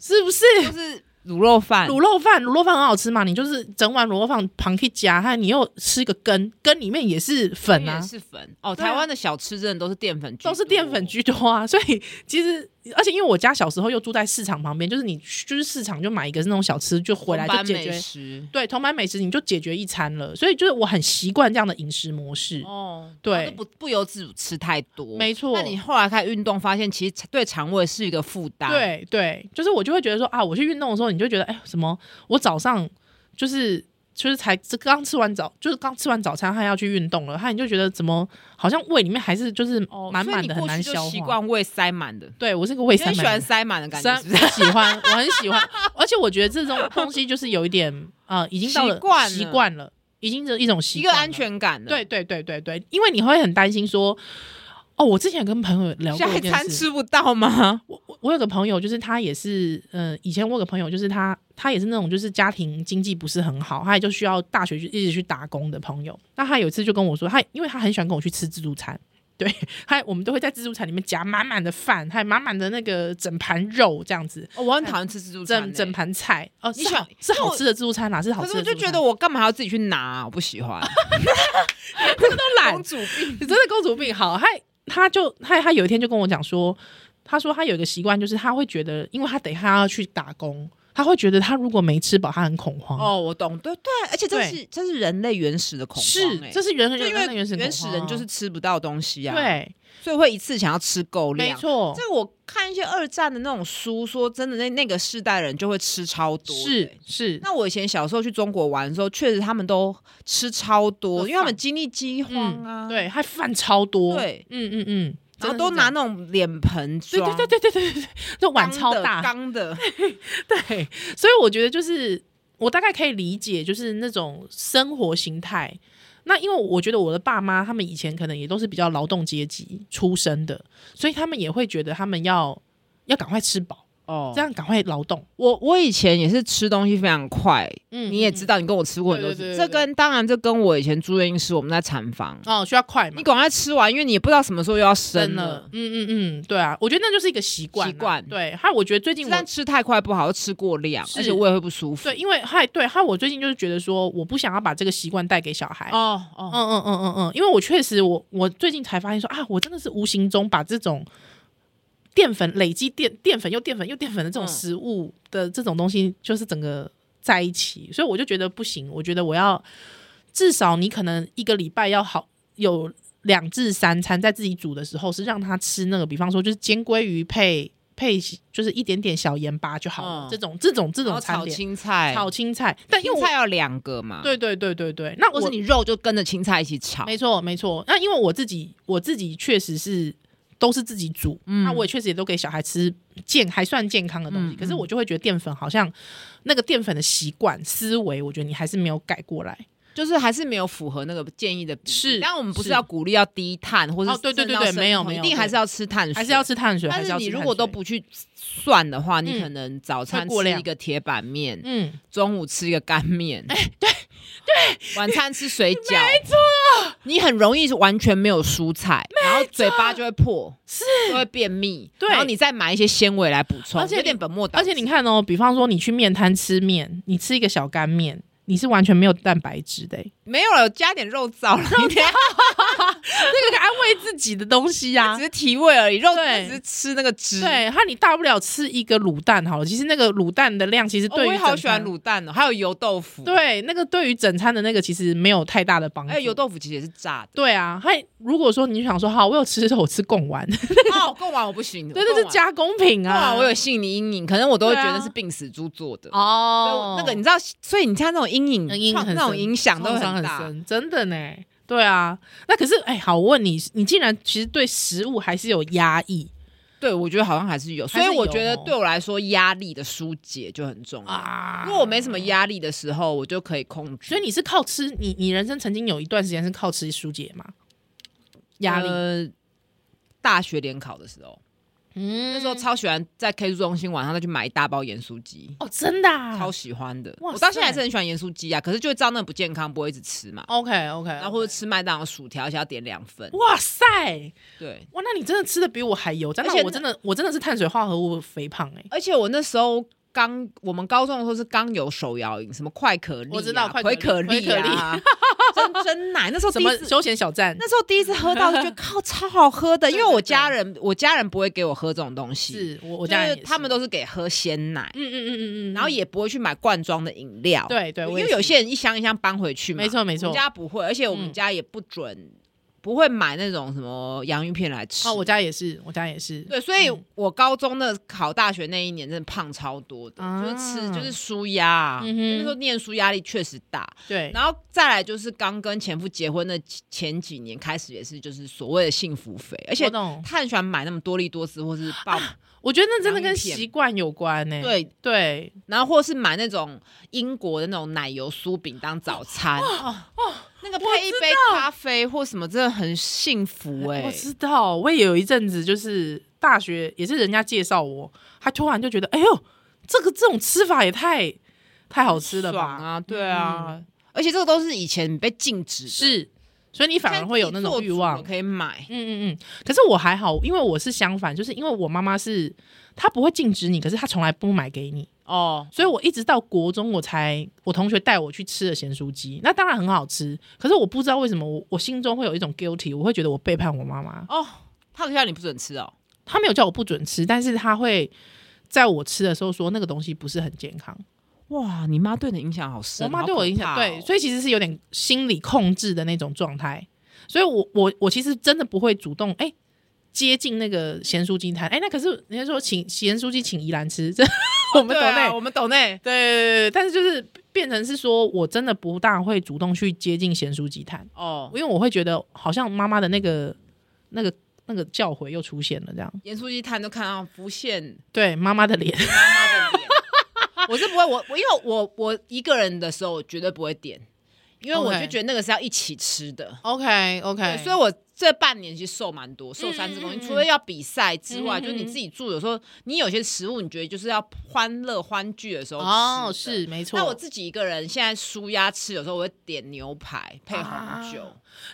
[SPEAKER 1] 是不是？
[SPEAKER 2] 就是卤肉饭，
[SPEAKER 1] 卤肉饭，卤肉饭很好吃嘛，你就是整碗卤肉饭旁去夹，还你又吃个根，根里面也是粉
[SPEAKER 2] 也
[SPEAKER 1] 啊，
[SPEAKER 2] 是粉。哦，
[SPEAKER 1] 对啊
[SPEAKER 2] 台湾的小吃真的都是淀粉居多，
[SPEAKER 1] 都是淀粉居多啊，所以其实，而且因为我家小时候又住在市场旁边，就是你去就是市场就买一个那种小吃，就回来
[SPEAKER 2] 红
[SPEAKER 1] 就
[SPEAKER 2] 斑
[SPEAKER 1] 解
[SPEAKER 2] 美
[SPEAKER 1] 决。
[SPEAKER 2] 食。
[SPEAKER 1] 对，同班美食你就解决一餐了，所以就是我很习惯这样的饮食模式。
[SPEAKER 2] 哦，
[SPEAKER 1] 对
[SPEAKER 2] 然后就不不由自主吃太多，
[SPEAKER 1] 没错
[SPEAKER 2] 那你后来开始运动，发现其实对肠胃是一个负担。，
[SPEAKER 1] 对对，就是我就会觉得说啊，我去运动的时候，你就觉得哎，什么我早上就是就是才刚吃完早，就是刚吃完早餐，他要去运动了，他你就觉得怎么好像胃里面还是就是
[SPEAKER 2] 哦，
[SPEAKER 1] 满
[SPEAKER 2] 所以
[SPEAKER 1] 满
[SPEAKER 2] 你
[SPEAKER 1] 的，
[SPEAKER 2] 过
[SPEAKER 1] 很难
[SPEAKER 2] 去就
[SPEAKER 1] 消
[SPEAKER 2] 习
[SPEAKER 1] 化。
[SPEAKER 2] 惯胃塞满的，
[SPEAKER 1] 对我是个胃
[SPEAKER 2] 你
[SPEAKER 1] 塞
[SPEAKER 2] 很喜
[SPEAKER 1] 满的
[SPEAKER 2] 欢塞满的感觉，
[SPEAKER 1] 人，
[SPEAKER 2] 是不是？
[SPEAKER 1] 喜欢，我很喜欢，而且我觉得这种东西就是有一点呃，已经到了
[SPEAKER 2] 习惯了
[SPEAKER 1] 习惯了，已经是一种习
[SPEAKER 2] 一
[SPEAKER 1] 惯
[SPEAKER 2] 个
[SPEAKER 1] 了，
[SPEAKER 2] 安全感的。
[SPEAKER 1] 对，对对对对，因为你会很担心说，哦，我之前跟朋友聊过
[SPEAKER 2] 下
[SPEAKER 1] 一
[SPEAKER 2] 一
[SPEAKER 1] 件
[SPEAKER 2] 餐
[SPEAKER 1] 事，
[SPEAKER 2] 吃不到吗？
[SPEAKER 1] 我我我有个朋友，就是他也是，呃，以前我有个朋友，就是他他也是那种就是家庭经济不是很好，他也就需要大学去一直去打工的朋友。那他有一次就跟我说，他因为他很喜欢跟我去吃自助餐。对，还我们都会在自助餐里面夹满满的饭，还有满满的那个整盘肉这样子，
[SPEAKER 2] 哦我很 讨厌吃自助餐欸，
[SPEAKER 1] 整整盘菜哦，
[SPEAKER 2] 你
[SPEAKER 1] 是好
[SPEAKER 2] 想
[SPEAKER 1] 是
[SPEAKER 2] 因为
[SPEAKER 1] 好
[SPEAKER 2] 我
[SPEAKER 1] 吃的自助餐啦，是好
[SPEAKER 2] 可
[SPEAKER 1] 吃
[SPEAKER 2] 是
[SPEAKER 1] 的
[SPEAKER 2] 我
[SPEAKER 1] 自
[SPEAKER 2] 就
[SPEAKER 1] 助餐。
[SPEAKER 2] 觉得我干嘛要自己去拿啊？我不喜 欢，
[SPEAKER 1] 都懒
[SPEAKER 2] 公，主病。
[SPEAKER 1] 你真的公主病好，他他就他他有一天就跟我讲说，他说他有一个习惯，就是他会觉得，因为他等一下要去打工，他会觉得他如果没吃饱，他很恐慌。
[SPEAKER 2] 哦，我懂，对对，而且这
[SPEAKER 1] 对
[SPEAKER 2] 是这是人类原始的恐
[SPEAKER 1] 是
[SPEAKER 2] 慌欸，
[SPEAKER 1] 这是原
[SPEAKER 2] 就
[SPEAKER 1] 人
[SPEAKER 2] 因为
[SPEAKER 1] 原始
[SPEAKER 2] 原
[SPEAKER 1] 原
[SPEAKER 2] 始人就是吃不到东西啊，，
[SPEAKER 1] 啊对，
[SPEAKER 2] 所以会一次想要吃够
[SPEAKER 1] 没
[SPEAKER 2] 量。
[SPEAKER 1] 错，
[SPEAKER 2] 这个我看一些二战的那种书，说真的，那那个世代人就会吃超多的欸、
[SPEAKER 1] 是是，
[SPEAKER 2] 那我以前小时候去中国玩的时候，确实他们都吃
[SPEAKER 1] 都
[SPEAKER 2] 超多，
[SPEAKER 1] 放
[SPEAKER 2] 因为他们经历饥荒啊，
[SPEAKER 1] 嗯，，对，还饭超多，
[SPEAKER 2] 对，
[SPEAKER 1] 嗯嗯嗯，
[SPEAKER 2] 然后
[SPEAKER 1] 真的
[SPEAKER 2] 都
[SPEAKER 1] 是
[SPEAKER 2] 拿
[SPEAKER 1] 这样。
[SPEAKER 2] 那种脸盆
[SPEAKER 1] 对
[SPEAKER 2] 装，
[SPEAKER 1] 对对对对对对对，就碗超大，
[SPEAKER 2] 钢的， 钢的
[SPEAKER 1] 对，所以我觉得就是我大概可以理解，就是那种生活形态。那因为我觉得我的爸妈他们以前可能也都是比较劳动阶级出身的，所以他们也会觉得他们要要赶快吃饱，
[SPEAKER 2] 哦
[SPEAKER 1] 这。样赶快劳动。
[SPEAKER 2] 我我以前也是吃东西非常快，
[SPEAKER 1] 嗯
[SPEAKER 2] 你也知
[SPEAKER 1] 道
[SPEAKER 2] 道，你跟我吃过很多
[SPEAKER 1] 对对
[SPEAKER 2] 次。
[SPEAKER 1] 对对
[SPEAKER 2] 这跟当然这跟我以前住院医师，我们在产房，
[SPEAKER 1] 哦，需要快嘛
[SPEAKER 2] 你，赶快吃完，因为你也不知道什么时候又要
[SPEAKER 1] 真
[SPEAKER 2] 生
[SPEAKER 1] 了
[SPEAKER 2] 了。，
[SPEAKER 1] 嗯嗯嗯，对啊，我觉得那就是一个习惯啊，
[SPEAKER 2] 习惯
[SPEAKER 1] 对，还有我觉得最近我
[SPEAKER 2] 但吃太快不好，又吃过量，
[SPEAKER 1] 是
[SPEAKER 2] 而且胃会不舒服
[SPEAKER 1] 对，。因为还对，还有我最近就是觉得说，我不想要把这个习惯带给小孩，
[SPEAKER 2] 哦哦，
[SPEAKER 1] 嗯嗯嗯嗯嗯，因为我确实我，我最近才发现说啊，我真的是无形中把这种淀粉累积淀淀粉又淀粉又淀粉的这种
[SPEAKER 2] 嗯
[SPEAKER 1] 食物的这种东西，就是整个在一起，所以我就觉得不行，我觉得我要至少你可能一个礼拜要好有两至三餐，在自己煮的时候是让他吃那个，比方说就是煎鲑鱼配配就是一点点小盐巴就好了，
[SPEAKER 2] 嗯
[SPEAKER 1] 这种这种这
[SPEAKER 2] 然
[SPEAKER 1] 种
[SPEAKER 2] 后
[SPEAKER 1] 餐
[SPEAKER 2] 炒
[SPEAKER 1] 点
[SPEAKER 2] 青菜，
[SPEAKER 1] 炒青菜，但因为
[SPEAKER 2] 青
[SPEAKER 1] 我
[SPEAKER 2] 菜要啊两个嘛，，
[SPEAKER 1] 对对对对对，那
[SPEAKER 2] 或
[SPEAKER 1] 我
[SPEAKER 2] 是你肉就跟着青菜一起炒。
[SPEAKER 1] 没错，没错。那因为我自己，我自己确实是都是自己煮，那我也确实也都给小孩吃健还算健康的东西。
[SPEAKER 2] 嗯
[SPEAKER 1] 可是我就会觉得淀粉好像那个淀粉的习惯思维，我觉得你还是没有改过来。
[SPEAKER 2] 就是还是没有符合那个建议的比例。
[SPEAKER 1] 是
[SPEAKER 2] 但我们不
[SPEAKER 1] 是
[SPEAKER 2] 是要鼓励要低碳，或者
[SPEAKER 1] 哦对对对对没有没有
[SPEAKER 2] 一定还是要吃碳水，
[SPEAKER 1] 还是要。吃碳水，还
[SPEAKER 2] 但
[SPEAKER 1] 要
[SPEAKER 2] 是
[SPEAKER 1] 吃
[SPEAKER 2] 你如
[SPEAKER 1] 碳
[SPEAKER 2] 果都
[SPEAKER 1] 水，
[SPEAKER 2] 不去算的话，
[SPEAKER 1] 嗯
[SPEAKER 2] 你可能早餐
[SPEAKER 1] 会过
[SPEAKER 2] 吃
[SPEAKER 1] 量
[SPEAKER 2] 一个铁板面，
[SPEAKER 1] 嗯，
[SPEAKER 2] 中午吃一个干面，哎，对对，晚餐吃水饺，没错，你很容易是完全没有蔬菜，然后嘴巴就会破，是就会便秘，
[SPEAKER 1] 对
[SPEAKER 2] 然后你再买一些纤维来补充，
[SPEAKER 1] 而且你
[SPEAKER 2] 有点本末倒
[SPEAKER 1] 而
[SPEAKER 2] 置，
[SPEAKER 1] 且你看哦，比方说你去面摊吃面，你吃一个小干面，你是完全没有蛋白质的、欸，
[SPEAKER 2] 没有了，加点肉燥了， 你等一下
[SPEAKER 1] 这个安慰自己的东西呀、
[SPEAKER 2] 只是提味而已，肉
[SPEAKER 1] 对
[SPEAKER 2] 燥只是吃那个汁，
[SPEAKER 1] 对，它你大不了吃一个卤蛋好了。其实那个卤蛋的量，其实
[SPEAKER 2] 哦
[SPEAKER 1] 对于、
[SPEAKER 2] 我也好喜欢卤蛋哦，还有油豆腐。，
[SPEAKER 1] 对，那个对于整餐的那个其实没有太大的帮助。
[SPEAKER 2] 哎、油豆腐其实也是炸的。
[SPEAKER 1] 对啊，还如果说你想说好，我有吃肉，我吃贡丸，
[SPEAKER 2] 哦，贡丸我不行，
[SPEAKER 1] 对，这是
[SPEAKER 2] 贡丸。
[SPEAKER 1] 加工品
[SPEAKER 2] 贡
[SPEAKER 1] 啊。
[SPEAKER 2] 丸我有心理阴影，可能我都会
[SPEAKER 1] 对
[SPEAKER 2] 觉
[SPEAKER 1] 啊
[SPEAKER 2] 得是病死猪做的。所以
[SPEAKER 1] 哦
[SPEAKER 2] 我，那个你知道，所以你看那种阴影，
[SPEAKER 1] 那阴影
[SPEAKER 2] 创
[SPEAKER 1] 很
[SPEAKER 2] 那种
[SPEAKER 1] 深
[SPEAKER 2] 影响都
[SPEAKER 1] 创伤很
[SPEAKER 2] 大。
[SPEAKER 1] 深，真的呢。对啊，那可是哎、好，我问你，你竟然其实对食物还是有压抑
[SPEAKER 2] 对，我觉得好像还是有，
[SPEAKER 1] 还
[SPEAKER 2] 所
[SPEAKER 1] 是
[SPEAKER 2] 以我
[SPEAKER 1] 有
[SPEAKER 2] 觉得
[SPEAKER 1] 哦
[SPEAKER 2] 对我来说，压力的疏解就很重要。
[SPEAKER 1] 啊？
[SPEAKER 2] 如果我没什么压力的时候，我就可以控制。
[SPEAKER 1] 所以你呃是靠吃，你你人生曾经有一段时间是靠吃疏解吗？压力，
[SPEAKER 2] 呃大学联考的时候，
[SPEAKER 1] 嗯
[SPEAKER 2] 那时候超喜欢在 K 书中心晚上再去买一大包盐酥鸡。
[SPEAKER 1] 哦，真的、啊、
[SPEAKER 2] 超喜欢的。
[SPEAKER 1] 哇
[SPEAKER 2] 我到现在还
[SPEAKER 1] 塞哦
[SPEAKER 2] 是很喜欢盐酥鸡啊，可是就会知道那不健康，不会一直吃嘛。
[SPEAKER 1] OK OK，
[SPEAKER 2] 然后或者吃麦当劳薯条，而且要点两份。
[SPEAKER 1] 哇塞，
[SPEAKER 2] 对，
[SPEAKER 1] 哇，那你真的吃的比我还油，但
[SPEAKER 2] 而且
[SPEAKER 1] 是
[SPEAKER 2] 那
[SPEAKER 1] 我真的我真的是碳水化合物肥胖哎、
[SPEAKER 2] 而且我那时候刚我们高中的时候是刚有手摇饮，什么快可丽、啊、
[SPEAKER 1] 我知道快可
[SPEAKER 2] 葵
[SPEAKER 1] 丽
[SPEAKER 2] 可丽啊、真真奶。 那时候
[SPEAKER 1] 什
[SPEAKER 2] 第一
[SPEAKER 1] 么
[SPEAKER 2] 次，
[SPEAKER 1] 休闲小站？
[SPEAKER 2] 那时候第一次喝到，就觉得靠超好喝 的，因为
[SPEAKER 1] 对对
[SPEAKER 2] 我
[SPEAKER 1] 对
[SPEAKER 2] 家人我家人不会给我喝这种东西，
[SPEAKER 1] 是我
[SPEAKER 2] 我
[SPEAKER 1] 我家人也是
[SPEAKER 2] 他们都是给喝鲜奶。
[SPEAKER 1] 嗯嗯嗯嗯嗯，
[SPEAKER 2] 然后也不会去买罐装的饮料，
[SPEAKER 1] 对对，
[SPEAKER 2] 因
[SPEAKER 1] 我也
[SPEAKER 2] 为
[SPEAKER 1] 是
[SPEAKER 2] 有些人一箱一箱搬回去嘛，
[SPEAKER 1] 没错没错
[SPEAKER 2] 我们家不会，而且我们
[SPEAKER 1] 嗯
[SPEAKER 2] 家也不准不会买那种什么洋芋片来吃。
[SPEAKER 1] 哦，我家也是，我家也是。
[SPEAKER 2] 对，所以
[SPEAKER 1] 嗯
[SPEAKER 2] 我高中的考大学那一年真的胖超多的，
[SPEAKER 1] 啊
[SPEAKER 2] 就是吃就是舒压啊，
[SPEAKER 1] 嗯哼
[SPEAKER 2] 那时候念书压力确实大。
[SPEAKER 1] 对，
[SPEAKER 2] 然后再来就是刚跟前夫结婚的前几年开始，也是就是所谓的幸福肥，而且
[SPEAKER 1] 我懂。啊
[SPEAKER 2] 他很喜欢买那么多利多斯或是爆、
[SPEAKER 1] 我觉得那真的
[SPEAKER 2] 洋
[SPEAKER 1] 跟
[SPEAKER 2] 芋片
[SPEAKER 1] 习惯有关呢、欸
[SPEAKER 2] 对，
[SPEAKER 1] 对，
[SPEAKER 2] 然后或是买那种英国的那种奶油酥饼当早餐，
[SPEAKER 1] 哦
[SPEAKER 2] 那个配一杯咖啡或什么，真的很幸福哎、
[SPEAKER 1] 我知道，我也有一阵子就是大学，也是人家介绍我，他突然就觉得，哎呦，这个这种吃法也太太好吃了吧？嗯
[SPEAKER 2] 爽啊，对啊，而且这个都是以前被禁止的，
[SPEAKER 1] 是，所以你反而会有那种欲望
[SPEAKER 2] 看自己做主了。可以买
[SPEAKER 1] 嗯嗯嗯，可是我还好，因为我是相反，就是因为我妈妈是她不会禁止你，可是她从来不买给你，
[SPEAKER 2] 哦。
[SPEAKER 1] 所以我一直到国中我才我同学带我去吃了咸酥鸡，那当然很好吃，可是我不知道为什么我我心中会有一种 guilty，我会觉得我背叛我妈妈。
[SPEAKER 2] 哦，他叫你不准吃哦，
[SPEAKER 1] 她没有叫我不准吃，但是她会在我吃的时候说那个东西不是很健康。
[SPEAKER 2] 哇，你妈对你影响好深，
[SPEAKER 1] 我妈对我影响、对，所
[SPEAKER 2] 以
[SPEAKER 1] 以其实是有点心理控制的那种状态。所以我我我其实真的不会主动哎、接近那个咸酥鸡摊哎，那可是人家说请咸酥鸡请宜兰吃，这哦啊我们
[SPEAKER 2] 懂
[SPEAKER 1] 懂内、
[SPEAKER 2] 我们懂内，
[SPEAKER 1] 对对对对，但是就是变成是说我真的不大会主动去接近咸酥鸡摊，
[SPEAKER 2] 哦，
[SPEAKER 1] 因为我会觉得好像妈妈的那个那个那个教诲又出现了这样，
[SPEAKER 2] 盐酥鸡摊都看到浮现
[SPEAKER 1] 对妈妈的 脸，
[SPEAKER 2] 妈妈的脸。我是不会，我我因为我我一个人的时候，我绝对不会点，因为我
[SPEAKER 1] OK
[SPEAKER 2] 就觉得那个是要一起吃的。
[SPEAKER 1] OK
[SPEAKER 2] 对
[SPEAKER 1] OK，
[SPEAKER 2] 所以我这半年其实瘦蛮多，瘦三十公
[SPEAKER 1] 嗯
[SPEAKER 2] 斤。
[SPEAKER 1] 嗯
[SPEAKER 2] 除了要比赛之外，
[SPEAKER 1] 嗯嗯
[SPEAKER 2] 就是你自己住，有时候你有些食物，你觉得就是要欢乐欢聚的时候吃
[SPEAKER 1] 哦
[SPEAKER 2] 的
[SPEAKER 1] 是。没错，
[SPEAKER 2] 那我自己一个人现在舒压吃，有时候我会点牛排配红酒，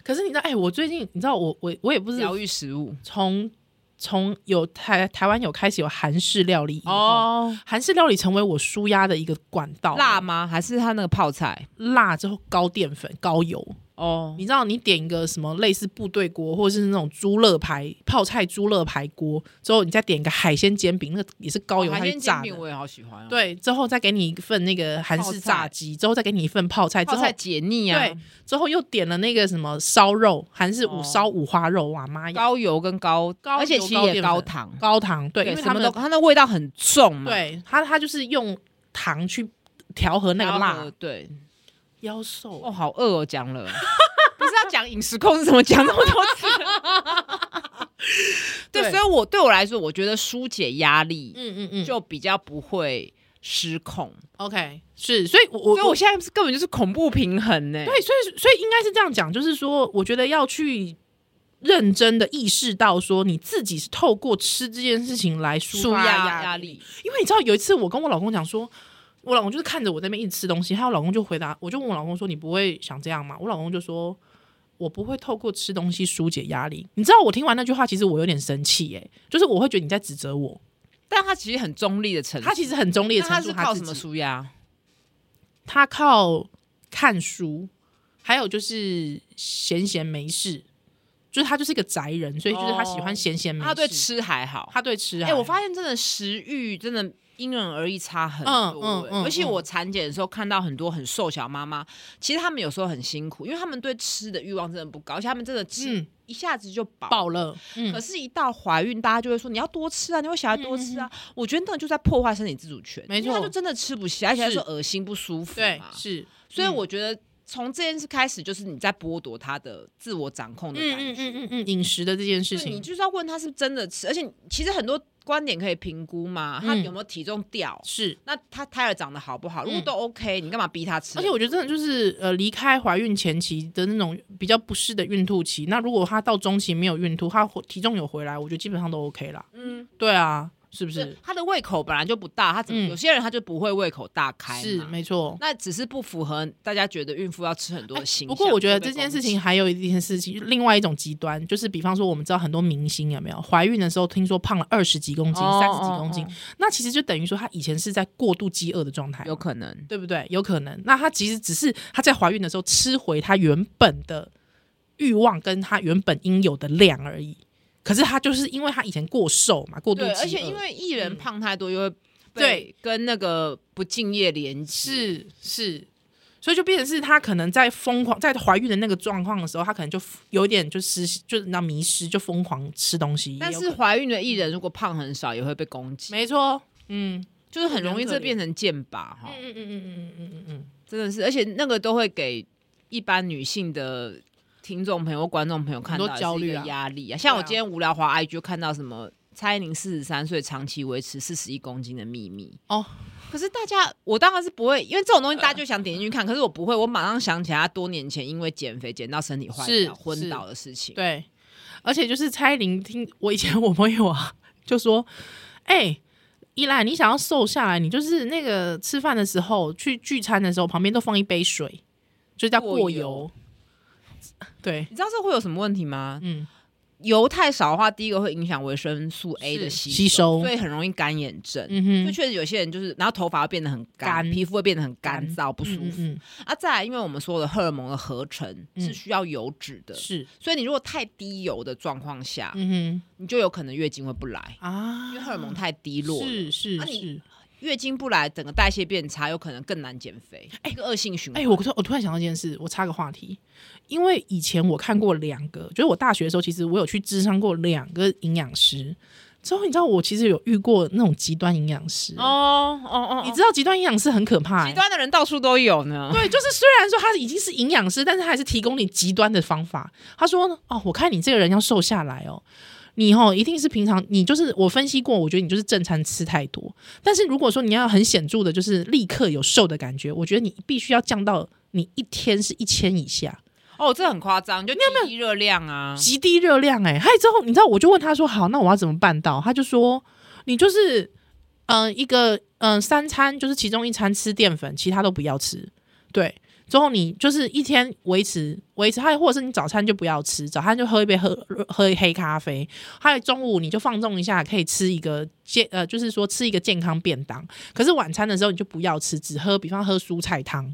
[SPEAKER 1] 可是你知道，哎、我最近你知道我，我我也不是
[SPEAKER 2] 疗愈食物。
[SPEAKER 1] 从从有台台湾有开始有韩式料理以后，，韩、式料理成为我舒压的一个管道。
[SPEAKER 2] 哦辣吗？还是它那个泡菜？
[SPEAKER 1] 辣之后高淀粉高油，
[SPEAKER 2] 哦，
[SPEAKER 1] 你知道你点一个什么类似部队锅，或者是那种猪肋排泡菜猪肋排锅之后，你再点一个海鲜煎饼，那个也是高油，
[SPEAKER 2] 哦海
[SPEAKER 1] 它去
[SPEAKER 2] 鲜
[SPEAKER 1] 炸
[SPEAKER 2] 煎
[SPEAKER 1] 的
[SPEAKER 2] 饼。我也好喜欢哦。，
[SPEAKER 1] 对，之后再给你一份那个韩式
[SPEAKER 2] 泡
[SPEAKER 1] 炸
[SPEAKER 2] 菜
[SPEAKER 1] 鸡，之后再给你一份泡菜，之
[SPEAKER 2] 泡
[SPEAKER 1] 后
[SPEAKER 2] 菜解腻啊。
[SPEAKER 1] 对，之后又点了那个什么烧肉，韩式五
[SPEAKER 2] 哦
[SPEAKER 1] 烧五花肉，哇妈呀！
[SPEAKER 2] 高油跟高，
[SPEAKER 1] 高油
[SPEAKER 2] 而且其实
[SPEAKER 1] 高淀
[SPEAKER 2] 也
[SPEAKER 1] 粉
[SPEAKER 2] 高糖，
[SPEAKER 1] 高糖，对，因为
[SPEAKER 2] 什
[SPEAKER 1] 他
[SPEAKER 2] 么
[SPEAKER 1] 们
[SPEAKER 2] 都
[SPEAKER 1] 的
[SPEAKER 2] 它那味道很重嘛，，
[SPEAKER 1] 对他，他就是用糖去调和那个辣，
[SPEAKER 2] 对，
[SPEAKER 1] 妖兽
[SPEAKER 2] 哦，好饿哦，讲 了，不是要讲饮食控制，怎么讲那么多次？对，
[SPEAKER 1] 对
[SPEAKER 2] 所以我对我来说，我觉得疏解压力
[SPEAKER 1] 嗯嗯嗯，就
[SPEAKER 2] 就比较不会失控，
[SPEAKER 1] OK，是，所以我我
[SPEAKER 2] 所以我现在是根本就是恐怖平衡欸呢。
[SPEAKER 1] 对，所以所以应该是这样讲，就是说，我觉得要去认真的意识到，说你自己是透过吃这件事情来抒
[SPEAKER 2] 舒
[SPEAKER 1] 发
[SPEAKER 2] 压压
[SPEAKER 1] 压
[SPEAKER 2] 力，
[SPEAKER 1] 因为你知道，有一次我跟我老公讲说，我老公就是看着我在那边一直吃东西，还有老公就回答，我就问我老公说：“你不会想这样吗？”我老公就说：“我不会透过吃东西疏解压力。”你知道，我听完那句话，其实我有点生气，耶，就是我会觉得你在指责我。
[SPEAKER 2] 但他其实很中立的成分，
[SPEAKER 1] 他其实很中立的程
[SPEAKER 2] 那他
[SPEAKER 1] 度，
[SPEAKER 2] 是靠
[SPEAKER 1] 自
[SPEAKER 2] 什么
[SPEAKER 1] 己？
[SPEAKER 2] 舒压？
[SPEAKER 1] 他靠看书，还有就是闲闲没事，就是他就是一个宅人，所以就是他喜欢闲闲没事。
[SPEAKER 2] 哦他对，吃还好，
[SPEAKER 1] 他对吃还
[SPEAKER 2] 哎、
[SPEAKER 1] 好。
[SPEAKER 2] 我发现真的食欲真的因人而异，差很多、
[SPEAKER 1] 嗯
[SPEAKER 2] 欸
[SPEAKER 1] 嗯嗯
[SPEAKER 2] 而且我产检的时候看到很多很瘦小妈妈，其实她们有时候很辛苦，因为她们对吃的欲望真的不高，而且她们真的吃、
[SPEAKER 1] 嗯
[SPEAKER 2] 一下子就饱。
[SPEAKER 1] 爆了，嗯
[SPEAKER 2] 可，是，一到怀孕，大家就会说你要多吃啊，你要小孩多吃啊。我觉得那种就在破坏身体自主权，
[SPEAKER 1] 没错
[SPEAKER 2] 因为她就真的吃不下，而且她
[SPEAKER 1] 是
[SPEAKER 2] 说恶心不舒服
[SPEAKER 1] 对
[SPEAKER 2] 嘛，。
[SPEAKER 1] 是，
[SPEAKER 2] 所以
[SPEAKER 1] 嗯
[SPEAKER 2] 我觉得从这件事开始，就是你在剥夺她的自我掌控的感觉。
[SPEAKER 1] 嗯嗯嗯嗯嗯，饮食的这件事
[SPEAKER 2] 对你
[SPEAKER 1] 情
[SPEAKER 2] 就是要问他是不是真的吃，而且其实很多观点可以评估嘛，他
[SPEAKER 1] 嗯
[SPEAKER 2] 有没有体重掉，
[SPEAKER 1] 是，
[SPEAKER 2] 那他胎儿长得好不好，如果
[SPEAKER 1] 嗯
[SPEAKER 2] 都 OK，你干嘛逼他吃？
[SPEAKER 1] 而且我觉得真的就是呃，离开怀孕前期的那种比较不适的孕吐期，那如果她到中期没有孕吐，她回体重有回来，我觉得基本上都 OK 啦。
[SPEAKER 2] 嗯，
[SPEAKER 1] 对啊，是不
[SPEAKER 2] 是
[SPEAKER 1] 是？
[SPEAKER 2] 他的胃口本来就不大，他怎
[SPEAKER 1] 嗯
[SPEAKER 2] 么、有些人他就不会胃口大开嘛
[SPEAKER 1] 是，没错。
[SPEAKER 2] 那只是不符合大家觉得孕妇要吃很多的形象、
[SPEAKER 1] 哎不过我觉得
[SPEAKER 2] 就被
[SPEAKER 1] 这件
[SPEAKER 2] 攻
[SPEAKER 1] 事
[SPEAKER 2] 击
[SPEAKER 1] 情还有一件事情，另外一种极端就是，比方说我们知道很多明星有没有怀孕的时候，听说胖了二十几公斤、
[SPEAKER 2] 哦
[SPEAKER 1] 三十几公斤
[SPEAKER 2] 哦，
[SPEAKER 1] 那其实就等于说她以前是在过度饥饿的状态，
[SPEAKER 2] 有可能，
[SPEAKER 1] 对不对？有可能。那她其实只是她在怀孕的时候吃回她原本的欲望跟她原本应有的量而已。可是她就是因为她以前过瘦嘛，过度
[SPEAKER 2] 对，
[SPEAKER 1] 饥饿
[SPEAKER 2] 而且因为艺人
[SPEAKER 1] 嗯
[SPEAKER 2] 胖太多，又会被
[SPEAKER 1] 对
[SPEAKER 2] 跟那个不敬业连接，
[SPEAKER 1] 是是，所以就变成是她可能在疯狂在怀孕的那个状况的时候，她可能就有点就失就是那迷失，就疯狂吃东西。
[SPEAKER 2] 但
[SPEAKER 1] 也有
[SPEAKER 2] 是
[SPEAKER 1] 可嗯
[SPEAKER 2] 怀孕的艺人如果胖很少，也会被攻击，
[SPEAKER 1] 没错，嗯
[SPEAKER 2] 就是很容易这
[SPEAKER 1] 很可怜
[SPEAKER 2] 变成剑拔哈
[SPEAKER 1] 嗯，嗯嗯嗯嗯嗯嗯嗯，
[SPEAKER 2] 真的是，而且那个都会给一般女性的听众朋友、观众朋友看到
[SPEAKER 1] 很多焦虑啊
[SPEAKER 2] 也是一个压力啊。像我今天无聊滑 IG 就看到什么蔡依林四十三岁长期维持四十一公斤的秘密
[SPEAKER 1] 哦，
[SPEAKER 2] 可是大家我当然是不会，因为这种东西 大家就想点进去看，可是我不会，我马上想起她多年前因为减肥减到身体坏
[SPEAKER 1] 是
[SPEAKER 2] 掉昏倒的事情。
[SPEAKER 1] 对。而且就是蔡依林听我以前我朋友啊，就说：“哎、依兰，你想要瘦下来，你就是那个吃饭的时候，去聚餐的时候，旁边都放一杯水，就叫过
[SPEAKER 2] 过
[SPEAKER 1] 油
[SPEAKER 2] 油。
[SPEAKER 1] 对，
[SPEAKER 2] 你知道这会有什么问题吗？
[SPEAKER 1] 嗯，
[SPEAKER 2] 油太少的话，第一个会影响维生素 A 的
[SPEAKER 1] 是
[SPEAKER 2] 吸
[SPEAKER 1] 吸收
[SPEAKER 2] 所以很容易干眼症。
[SPEAKER 1] 嗯
[SPEAKER 2] 就
[SPEAKER 1] 哼，
[SPEAKER 2] 确实有些人就是，然后头发会变得很干，
[SPEAKER 1] 干
[SPEAKER 2] 皮肤会变得很干燥不舒
[SPEAKER 1] 嗯
[SPEAKER 2] 服、
[SPEAKER 1] 嗯
[SPEAKER 2] 啊。再来，因为我们说的荷尔蒙的合成
[SPEAKER 1] 嗯
[SPEAKER 2] 是需要油脂的，
[SPEAKER 1] 嗯，是，
[SPEAKER 2] 所以你如果太低油的状况下，
[SPEAKER 1] 嗯
[SPEAKER 2] 你就有可能月经会不来，
[SPEAKER 1] 哼啊，
[SPEAKER 2] 因为荷尔蒙太低落了，
[SPEAKER 1] 是是
[SPEAKER 2] 啊你
[SPEAKER 1] 是。
[SPEAKER 2] 月经不来，整个代谢变差，有可能更难减肥，一个恶性循
[SPEAKER 1] 哎、
[SPEAKER 2] 环。
[SPEAKER 1] 我突我突然想到一件事，我插个话题，因为以前我看过两个，就是我大学的时候，其实我有去智商过两个营养师。之后你知道，我其实有遇过那种极端营养师，哦、哎
[SPEAKER 2] 哦哦哦
[SPEAKER 1] 你
[SPEAKER 2] 你
[SPEAKER 1] 知道极端营养师很可怕、
[SPEAKER 2] 极
[SPEAKER 1] 欸。
[SPEAKER 2] 端的人到处都有呢。
[SPEAKER 1] 对，就是虽然说他已经是营养师，但是他还是提供你极端的方法。他说：“哦，我看你这个人要瘦下来哦，你哦一定是平常你就是我分析过，我觉得你就是正餐吃太多。但是如果说你要很显著的，就是立刻有瘦的感觉，我觉得你必须要降到你一天是一千以下，
[SPEAKER 2] 哦，这很夸张，就低热量啊。
[SPEAKER 1] 极低热量、欸。哎，还有之后你知道，我就问他说：好，那我要怎么办到？他就说：你就是嗯、呃一个嗯、呃三餐就是其中一餐吃淀粉，其他都不要吃。对，之后你就是一天维持维持，还有或者是你早餐就不要吃，早餐就喝一杯喝喝一黑咖啡，还有中午你就放纵一下，可以吃一个健呃，就是说吃一个健康便当。可是晚餐的时候你就不要吃，只喝，比方喝蔬菜汤。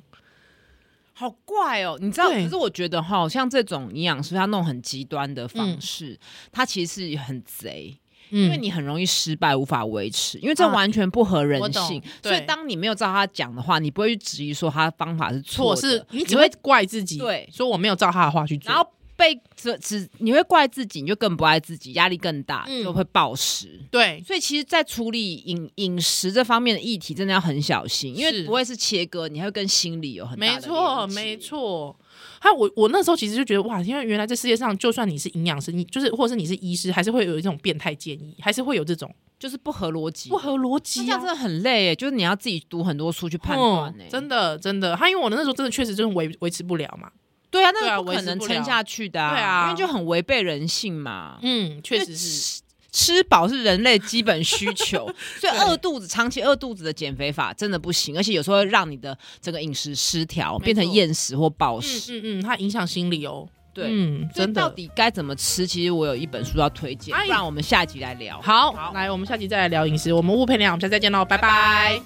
[SPEAKER 2] 好怪哦，你知道？
[SPEAKER 1] 对
[SPEAKER 2] 可是我觉得哈，像这种营养师他弄很极端的方式，他其实是很贼，
[SPEAKER 1] 嗯，
[SPEAKER 2] 因为你很容易失败，无法维持，因为这
[SPEAKER 1] 啊
[SPEAKER 2] 完全不合人
[SPEAKER 1] 我懂
[SPEAKER 2] 性。
[SPEAKER 1] 对
[SPEAKER 2] 所以当你没有照他讲的话，你不会去质疑说他方法是
[SPEAKER 1] 错
[SPEAKER 2] 错的，
[SPEAKER 1] 是你只
[SPEAKER 2] 你
[SPEAKER 1] 会怪自己，
[SPEAKER 2] 对
[SPEAKER 1] 说我没有照他的话去做。
[SPEAKER 2] 然后被只只你会怪自己，你就更不爱自己，压力更大，
[SPEAKER 1] 嗯
[SPEAKER 2] 就会暴食。
[SPEAKER 1] 对，
[SPEAKER 2] 所以其实，在处理饮饮食这方面的议题，真的要很小心，因
[SPEAKER 1] 是
[SPEAKER 2] 为不会是切割，你还会跟心理有很大的
[SPEAKER 1] 没错，
[SPEAKER 2] 连接
[SPEAKER 1] 没错。还有我，我那时候其实就觉得哇，因为原来这世界上，就算你是营养师，你就是或者是你是医师，还是会有一种变态建议，还是会有这种
[SPEAKER 2] 就是不合逻辑，
[SPEAKER 1] 不合逻
[SPEAKER 2] 那
[SPEAKER 1] 辑、
[SPEAKER 2] 这样
[SPEAKER 1] 啊哦嗯
[SPEAKER 2] 真。的很累耶，就是你要自己读很多书去判断欸耶
[SPEAKER 1] 真的真的，他因为我那时候真的确实就是维维持不了嘛，
[SPEAKER 2] 对啊，
[SPEAKER 1] 对啊
[SPEAKER 2] 那个不可能撑下去的、
[SPEAKER 1] 维持不了对啊
[SPEAKER 2] 因为就很违背人性嘛。
[SPEAKER 1] 嗯，确实是，
[SPEAKER 2] 是，吃饱是人类基本需 求，所以饿肚子、长期饿肚子的减肥法真的不行，而且有时候会让你的整个饮食失调，
[SPEAKER 1] 没错
[SPEAKER 2] 变成厌食或暴
[SPEAKER 1] 嗯
[SPEAKER 2] 食。
[SPEAKER 1] 嗯嗯，它影响心理哦，
[SPEAKER 2] 对，
[SPEAKER 1] 嗯，
[SPEAKER 2] 所以
[SPEAKER 1] 真
[SPEAKER 2] 到
[SPEAKER 1] 的。
[SPEAKER 2] 底该怎么吃？其实我有一本书要推荐，
[SPEAKER 1] 哎
[SPEAKER 2] 不然我们下集来聊。
[SPEAKER 1] 好，
[SPEAKER 2] 好
[SPEAKER 1] 来，我们下期再来聊饮食，我们误配粮，我们下次再见喽，拜拜